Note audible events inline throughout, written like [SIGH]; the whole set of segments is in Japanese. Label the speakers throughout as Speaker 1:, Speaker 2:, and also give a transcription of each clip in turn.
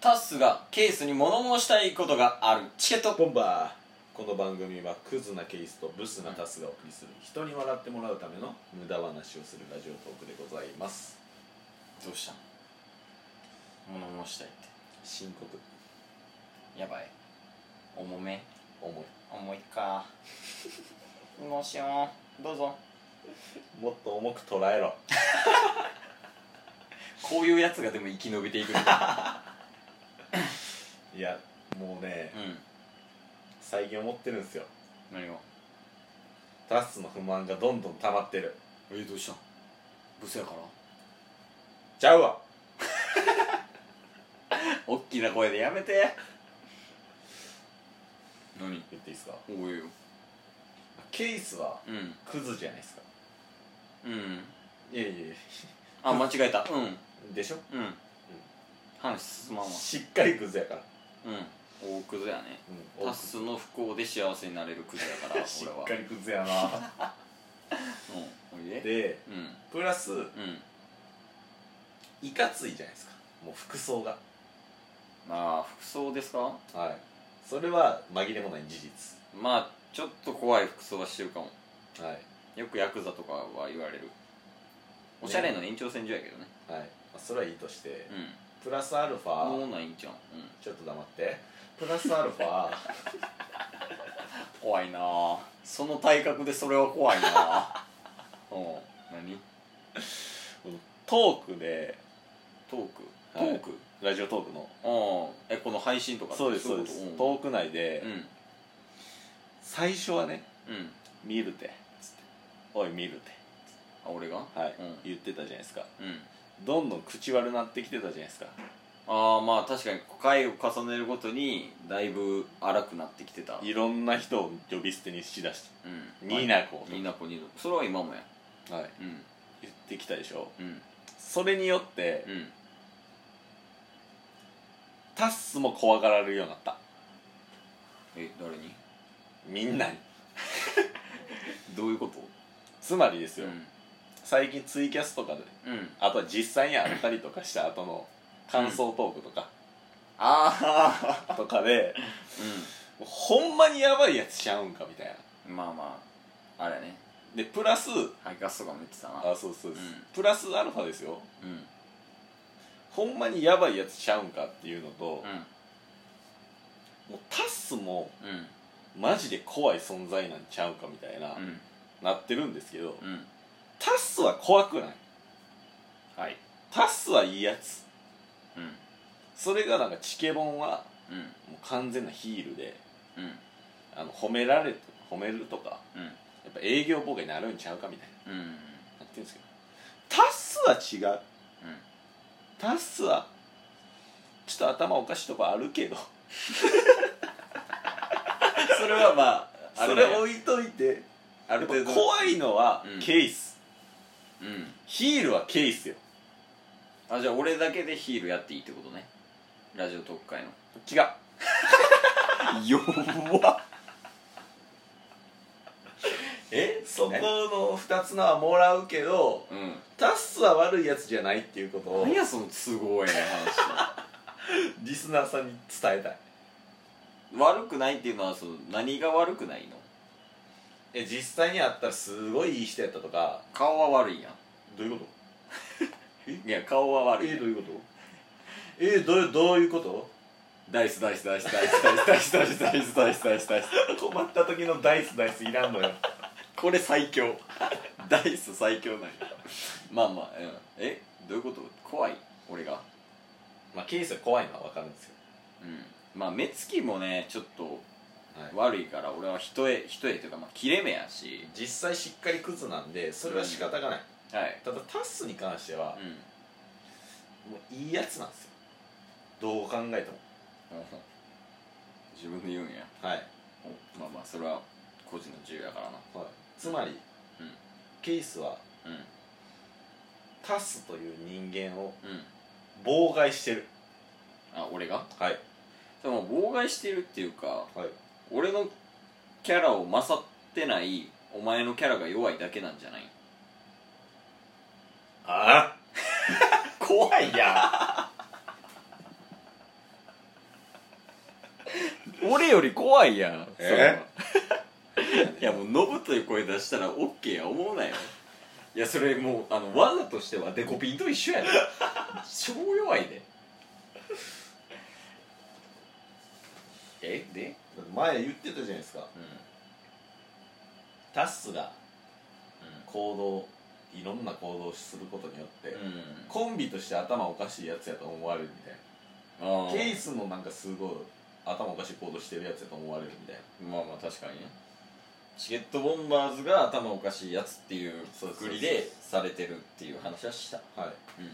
Speaker 1: タッスがケースに物申したいことがあるチケット
Speaker 2: ボンバーこの番組はクズなケースとブスなタスがお送りする人に笑ってもらうための無駄話をするラジオトークでございます
Speaker 1: どうしたの物申したいっ
Speaker 2: 深刻
Speaker 1: てやばい重め
Speaker 2: 重い
Speaker 1: 重いか [LAUGHS] どうしようどうぞ
Speaker 2: もっと重く捉えろ
Speaker 1: こういうやつがでも生き延びていくうん [LAUGHS]
Speaker 2: いやもうね最近思ってるんですよ
Speaker 1: 何が
Speaker 2: タスの不満がどんどん溜まってる
Speaker 1: えどうしたのブスやから [LAUGHS]
Speaker 2: ちゃうわ
Speaker 1: おっきな声でやめて何
Speaker 2: 言っていいですか
Speaker 1: おいよ
Speaker 2: ケースは
Speaker 1: うん
Speaker 2: クズじゃないですか
Speaker 1: うん
Speaker 2: いやいやいや
Speaker 1: あ間違えたうん
Speaker 2: でしょ
Speaker 1: うん話進まんわ
Speaker 2: しっかりクズやから
Speaker 1: うん大クズやね
Speaker 2: うん
Speaker 1: タスの不幸で幸せになれるクズやから
Speaker 2: [LAUGHS] し
Speaker 1: 俺は
Speaker 2: っかりクズやな
Speaker 1: うんおいで
Speaker 2: で
Speaker 1: うん
Speaker 2: プラス
Speaker 1: うん
Speaker 2: いかついじゃないですかもう服装が
Speaker 1: まあ服装ですか
Speaker 2: はいそれは紛れもない事実
Speaker 1: まあちょっと怖い服装はしてるかも
Speaker 2: はい
Speaker 1: よくヤクザとかは言われるおしゃれの延長線上やけどね
Speaker 2: はい、まあ、それはいいとしてプラスアルフ
Speaker 1: うんも
Speaker 2: ァ
Speaker 1: うないんちゃうん、うん、
Speaker 2: ちょっと黙ってプラスアルフ
Speaker 1: [LAUGHS]
Speaker 2: ァ
Speaker 1: 怖いなあその体格でそれは怖いなあ
Speaker 2: [LAUGHS]
Speaker 1: うん何
Speaker 2: トークで
Speaker 1: トークト
Speaker 2: はい
Speaker 1: ーク、
Speaker 2: ラジオトークの
Speaker 1: ああえこの配信とか
Speaker 2: そうですそう
Speaker 1: い
Speaker 2: で
Speaker 1: こと
Speaker 2: す
Speaker 1: ん
Speaker 2: トーク内で
Speaker 1: うん
Speaker 2: 最初はね
Speaker 1: うん
Speaker 2: 「見るて」つって「おい見るて
Speaker 1: あ俺が」
Speaker 2: はい
Speaker 1: うん
Speaker 2: 言ってたじゃないですか
Speaker 1: うん
Speaker 2: どんどん口悪なってきてたじゃないですか
Speaker 1: ああまあ確かに回を重ねるごとにだいぶ荒くなってきてた
Speaker 2: いろんな人を呼び捨てにしだして
Speaker 1: うん
Speaker 2: ニーナコとか
Speaker 1: ニーナコニーナコそれは今もや
Speaker 2: はい
Speaker 1: うん
Speaker 2: 言ってきたでしょ
Speaker 1: うん
Speaker 2: それによって
Speaker 1: うん
Speaker 2: タッスも怖がられるようになった
Speaker 1: え誰に
Speaker 2: みんなに
Speaker 1: どういうこと
Speaker 2: つまりです
Speaker 1: う
Speaker 2: よ、
Speaker 1: ん
Speaker 2: 最近ツイキャスとかで
Speaker 1: うん
Speaker 2: あとは実際に会ったりとかした後の感想トークとか、
Speaker 1: ああ
Speaker 2: とかで
Speaker 1: う
Speaker 2: もうほんまにやばいやつちゃうんかみたいなん
Speaker 1: まあまああれやね
Speaker 2: でプラス
Speaker 1: ハイカスとかも言ってたな
Speaker 2: あそうそうです、
Speaker 1: うん
Speaker 2: プラスアルファですよ
Speaker 1: うんうん
Speaker 2: ほんまにやばいやつちゃうんかっていうのと、もうタッスも
Speaker 1: うん
Speaker 2: マジで怖い存在なんちゃうかみたいな、
Speaker 1: うん
Speaker 2: なってるんですけど、
Speaker 1: うん
Speaker 2: タッスは怖くない
Speaker 1: はい
Speaker 2: タッスはいいやつ
Speaker 1: うん
Speaker 2: それがなんかチケボンは
Speaker 1: うん
Speaker 2: もう完全なヒールで
Speaker 1: うん
Speaker 2: あの褒められ褒めるとか
Speaker 1: うん
Speaker 2: やっぱ営業妨害になるんちゃうかみたい
Speaker 1: うん
Speaker 2: ななってるんですけどタッスは違
Speaker 1: う
Speaker 2: う
Speaker 1: ん
Speaker 2: タッスはちょっと頭おかしいとこあるけど
Speaker 1: [LAUGHS] それはまああ
Speaker 2: そ
Speaker 1: だ
Speaker 2: れ
Speaker 1: よ
Speaker 2: 置いといて
Speaker 1: ある
Speaker 2: やっぱ
Speaker 1: 程度
Speaker 2: 怖いのは
Speaker 1: うん
Speaker 2: ケース、
Speaker 1: うん
Speaker 2: ヒールはケースよ
Speaker 1: あじゃあ俺だけでヒールやっていいってことねラジオ特会の
Speaker 2: 違う
Speaker 1: 弱っ
Speaker 2: [LAUGHS] えそこの2つのはもらうけど
Speaker 1: うん
Speaker 2: タッスは悪いやつじゃないっていうことを
Speaker 1: 何やその都合えな
Speaker 2: リスナーさんに伝えたい
Speaker 1: 話悪くないっていうのはその何が悪くないの
Speaker 2: え実際に会ったらすごいいい人やったとか
Speaker 1: 顔は悪いや
Speaker 2: どういうこと
Speaker 1: んいや顔は悪い
Speaker 2: え
Speaker 1: やん
Speaker 2: どういうことえどうどういうこと
Speaker 1: ダイスダイスダイスダイスダイスダイスダイスダイスダイスダイス
Speaker 2: 困った時のダイスダイスいらんのよ
Speaker 1: これ最強ダイス最強なんやまあまあ、うん、えどういうこと怖い俺が
Speaker 2: まあケースが怖いのは分かるんですよ
Speaker 1: うんまあ目つきもねちょっと
Speaker 2: はい
Speaker 1: 悪いから俺は人へ人へというかまあ切れ目やし
Speaker 2: 実際しっかりクズなんでそれは仕方がない、
Speaker 1: はい
Speaker 2: ただタッスに関しては
Speaker 1: う、ん [LAUGHS]
Speaker 2: もういいやつなんですよどう考えても
Speaker 1: 自分で言うんや
Speaker 2: はい、
Speaker 1: まあまあそれは個人の自由やからな
Speaker 2: はい、つまり、
Speaker 1: うん
Speaker 2: ケースは
Speaker 1: う
Speaker 2: タッスという人間
Speaker 1: ん
Speaker 2: を
Speaker 1: うん
Speaker 2: 妨害してる
Speaker 1: あ俺が
Speaker 2: はい
Speaker 1: でも妨害してるっていうか
Speaker 2: はい
Speaker 1: 俺のキャラを勝ってないお前のキャラが弱いだけなんじゃない
Speaker 2: ああ
Speaker 1: 怖いや俺より怖いやん
Speaker 2: え
Speaker 1: [LAUGHS] そのいやもうノブという声出したらオッケーや思うなよいやそれもうあの技としてはデコピンと一緒やで [LAUGHS] 超弱いでえで、
Speaker 2: 前言ってたじゃないですか
Speaker 1: うん
Speaker 2: タッスが行動いろんな行動をすることによって、
Speaker 1: うん
Speaker 2: コンビとして頭おかしいやつやと思われるみたい
Speaker 1: あ
Speaker 2: な、
Speaker 1: あ
Speaker 2: ケイスもなんかすごい頭おかしい行動してるやつやと思われるみたいな
Speaker 1: まあまあ確かにねチケットボンバーズが頭おかしいやつっていう
Speaker 2: そうそうそう
Speaker 1: くりでされてるっていう話はした
Speaker 2: はい、
Speaker 1: うん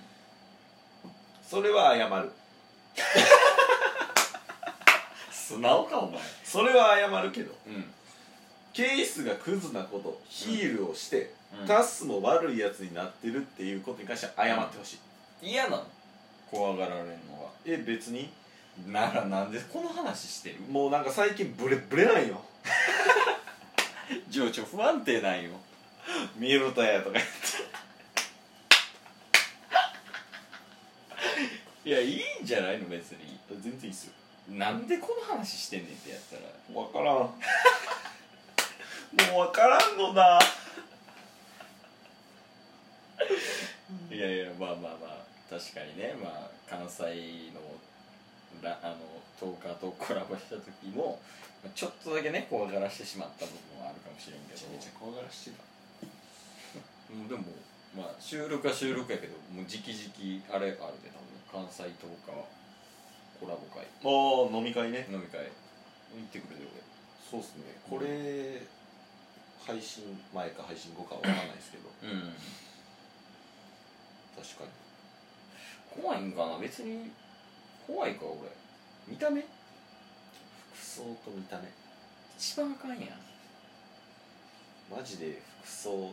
Speaker 2: それは謝る
Speaker 1: 素直かお前
Speaker 2: それは謝るけど
Speaker 1: うん
Speaker 2: ケイスがクズなことヒールをして、
Speaker 1: うん
Speaker 2: タッスも悪いやつになってるっていうことに関しては謝ってほしい、
Speaker 1: 嫌なの怖がられるの
Speaker 2: え別に
Speaker 1: がならなんでこの話してる
Speaker 2: もうなんか最近ブレブレないよ
Speaker 1: 情緒不安定なんよ
Speaker 2: [LAUGHS] 見ろたやとか言って
Speaker 1: いやいいんじゃないの別に
Speaker 2: 全然いいっすよ
Speaker 1: なんでこの話してんねんってやったら
Speaker 2: 分からんもう分からんのだ
Speaker 1: いやいやまあまあまあ確かにねまあ関西のらあのトーカーとコラボした時もまあちょっとだけね怖がらしてしまった部分はあるかもしれんけ
Speaker 2: め
Speaker 1: ど
Speaker 2: ちゃめちゃ怖がらしてた
Speaker 1: もうでもまあ収録は収録やけどもうじきじきあれあるで多分関西トーカーコラボ会
Speaker 2: ああ飲み会ね
Speaker 1: 飲み会行ってくれて俺
Speaker 2: そうっすねこれ、配信前か配信後かわからないですけど
Speaker 1: うん
Speaker 2: 確かに
Speaker 1: 怖いんかな別に怖いか俺見た目
Speaker 2: 服装と見た目
Speaker 1: 一番あかんやん、うん、
Speaker 2: マジで服装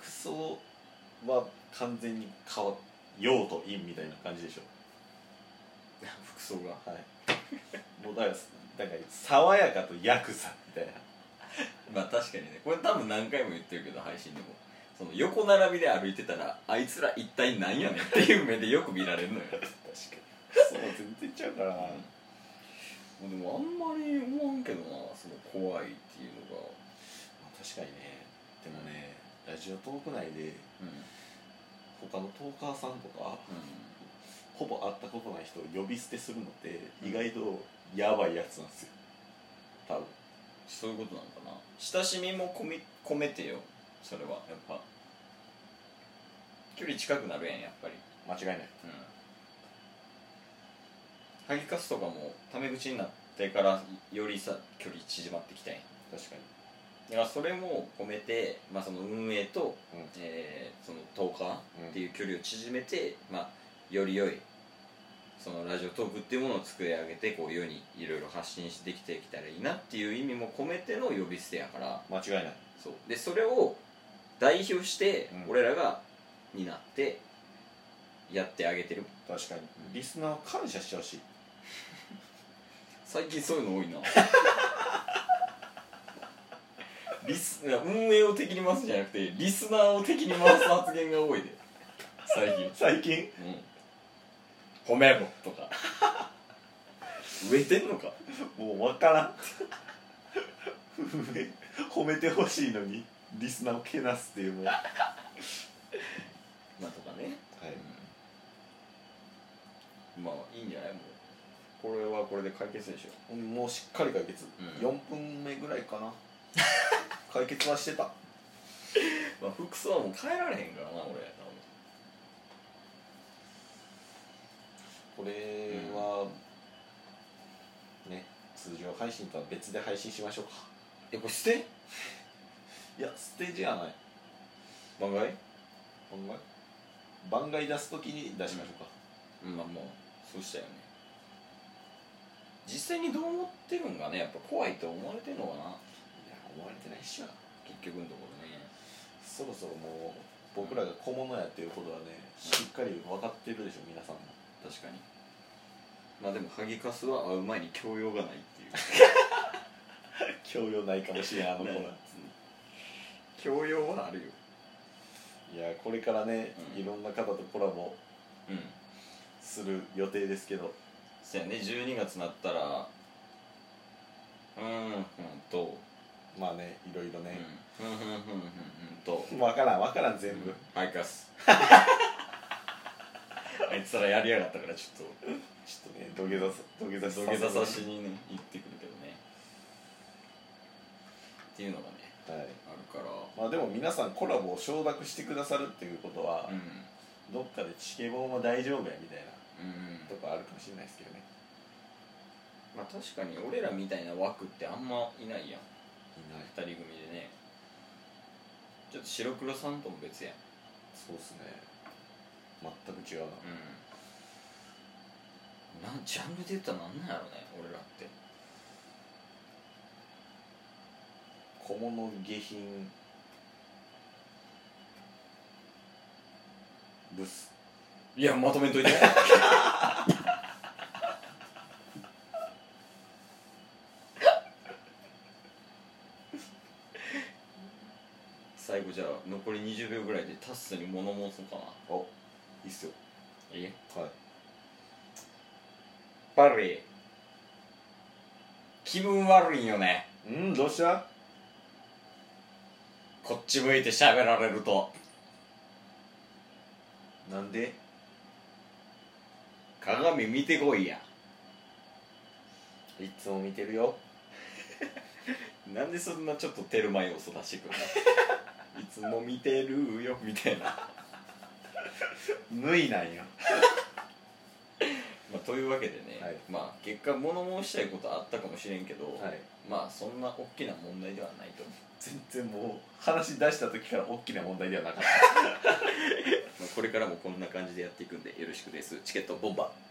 Speaker 2: 服装は完全に変わ用と陰みたいな感じでしょ
Speaker 1: [LAUGHS] 服装が
Speaker 2: はいもうだからだから爽やかとヤクザみたいな
Speaker 1: まあ確かにねこれ多分何回も言ってるけど配信でもその横並びで歩いてたらあいつら一体なんやねんっていう目でよく見られ [LAUGHS] るのよ確か
Speaker 2: そう全然ちゃうからな
Speaker 1: にでもあんまり思わんけどなその怖いっていうのが
Speaker 2: 確かにねでもねラジオトーク内で
Speaker 1: うん
Speaker 2: 他のトーカーさんとかほぼ会ったことない人を呼び捨てするのって意外とやばいやつなんですよ多分
Speaker 1: そういうことなのかな親しみも込み込めてよそれはやっぱ距離近くなるやんやっぱり
Speaker 2: 間違いない
Speaker 1: うん萩カスとかもタメ口になってからよりさ距離縮まってきたんや
Speaker 2: 確か
Speaker 1: だからそれも込めて、まあ、その運営と、
Speaker 2: うん
Speaker 1: えーその10
Speaker 2: うん
Speaker 1: 日っていう距離を縮めて、まあ、より良いそのラジオトークっていうものを作り上げてこう世にいろいろ発信してきてきたらいいなっていう意味も込めての呼び捨てやから
Speaker 2: に間違いない
Speaker 1: そうでそれを代表して
Speaker 2: うん
Speaker 1: 俺らがになってやってあげてる
Speaker 2: 確かにリスナー感謝してほしい
Speaker 1: 最近そういうの多いな [LAUGHS] リスいや運営を敵に回すんじゃなくてリスナーを敵に回す発言が多いで最近
Speaker 2: 最近
Speaker 1: うん褒めろとか植えてんのか
Speaker 2: もう分からん [LAUGHS] って褒めてほしいのにリスナーをけなすって [LAUGHS] いうもうはい
Speaker 1: まあとかね、うん、まあいいんじゃないもうこれはこれで解決でしょ
Speaker 2: もうしっかり解決、
Speaker 1: うん
Speaker 2: 4分目ぐらいかな [LAUGHS] 解決はしてた
Speaker 1: まあ服装はもう変えられへんからな俺
Speaker 2: これは、ね通常配信とは別で配信しましょうか
Speaker 1: えこれ捨て
Speaker 2: いやステージはない
Speaker 1: 番外
Speaker 2: 番外番外出す時に出しましょうか、
Speaker 1: うんまあもうそうしたよね実際にどう思ってるんかねやっぱ怖いと思われてんのかない
Speaker 2: や思われてないっしょ
Speaker 1: 結局のところね
Speaker 2: そろそろもう僕らが小物やっていうことはね、しっかり分かってるでしょ皆さんも
Speaker 1: 確かにまあでもハギカスは会う前に教養がないっていう
Speaker 2: [LAUGHS] 教養ないかもしれんあの子らい
Speaker 1: [LAUGHS] 教養はあるよ
Speaker 2: やこれからね、
Speaker 1: うん
Speaker 2: いろんな方とコラボ
Speaker 1: うん
Speaker 2: する予定ですけど
Speaker 1: そうやね12月になったらうんうんと
Speaker 2: まあねいろいろ
Speaker 1: うん
Speaker 2: ね、
Speaker 1: うんうんうんうんうんと
Speaker 2: 分からん分からん全部、
Speaker 1: アイカス [LAUGHS] あいつらやりやがったからちょっと
Speaker 2: ちょっとね土下座さ土下座
Speaker 1: 土下座さしにね行ってくるけどねっていうのがね
Speaker 2: はい
Speaker 1: あるから
Speaker 2: まあでも皆さんコラボを承諾してくださるっていうことは、
Speaker 1: うん
Speaker 2: どっかでチケボンは大丈夫やみたいな
Speaker 1: うん
Speaker 2: とこあるかもしれないですけどね
Speaker 1: まあ確かに俺らみたいな枠ってあんまいないやん
Speaker 2: いない
Speaker 1: 二人組でねちょっと白黒さんとも別やん
Speaker 2: そうっすね全く違うな
Speaker 1: うんなんジャンルで言ったらなんなんやろね俺らって
Speaker 2: 小物下品ブス
Speaker 1: いやまとめんといて [LAUGHS] 最後じゃあ残り20秒ぐらいでタッスに物申そうかな
Speaker 2: おいいっすよ
Speaker 1: え
Speaker 2: はい
Speaker 1: パリ気分悪いんよね
Speaker 2: うんどうした
Speaker 1: こっち向いて喋られると
Speaker 2: なんで
Speaker 1: 鏡見てこいや
Speaker 2: いつも見てるよ
Speaker 1: なんでそんなちょっとテルマ要素出してくるの [LAUGHS] いつも見てるよみたいな、ま
Speaker 2: 脱いなんよ
Speaker 1: あ、というわけでね、
Speaker 2: はい
Speaker 1: まあ結果物申したいことあったかもしれんけど、
Speaker 2: はい
Speaker 1: まあそんな大きな問題ではないと思
Speaker 2: 全然もう話出した時から大きな問題ではなかった
Speaker 1: う、まあこれからもこんな感じでやっていくんでよろしくですチケットボンバー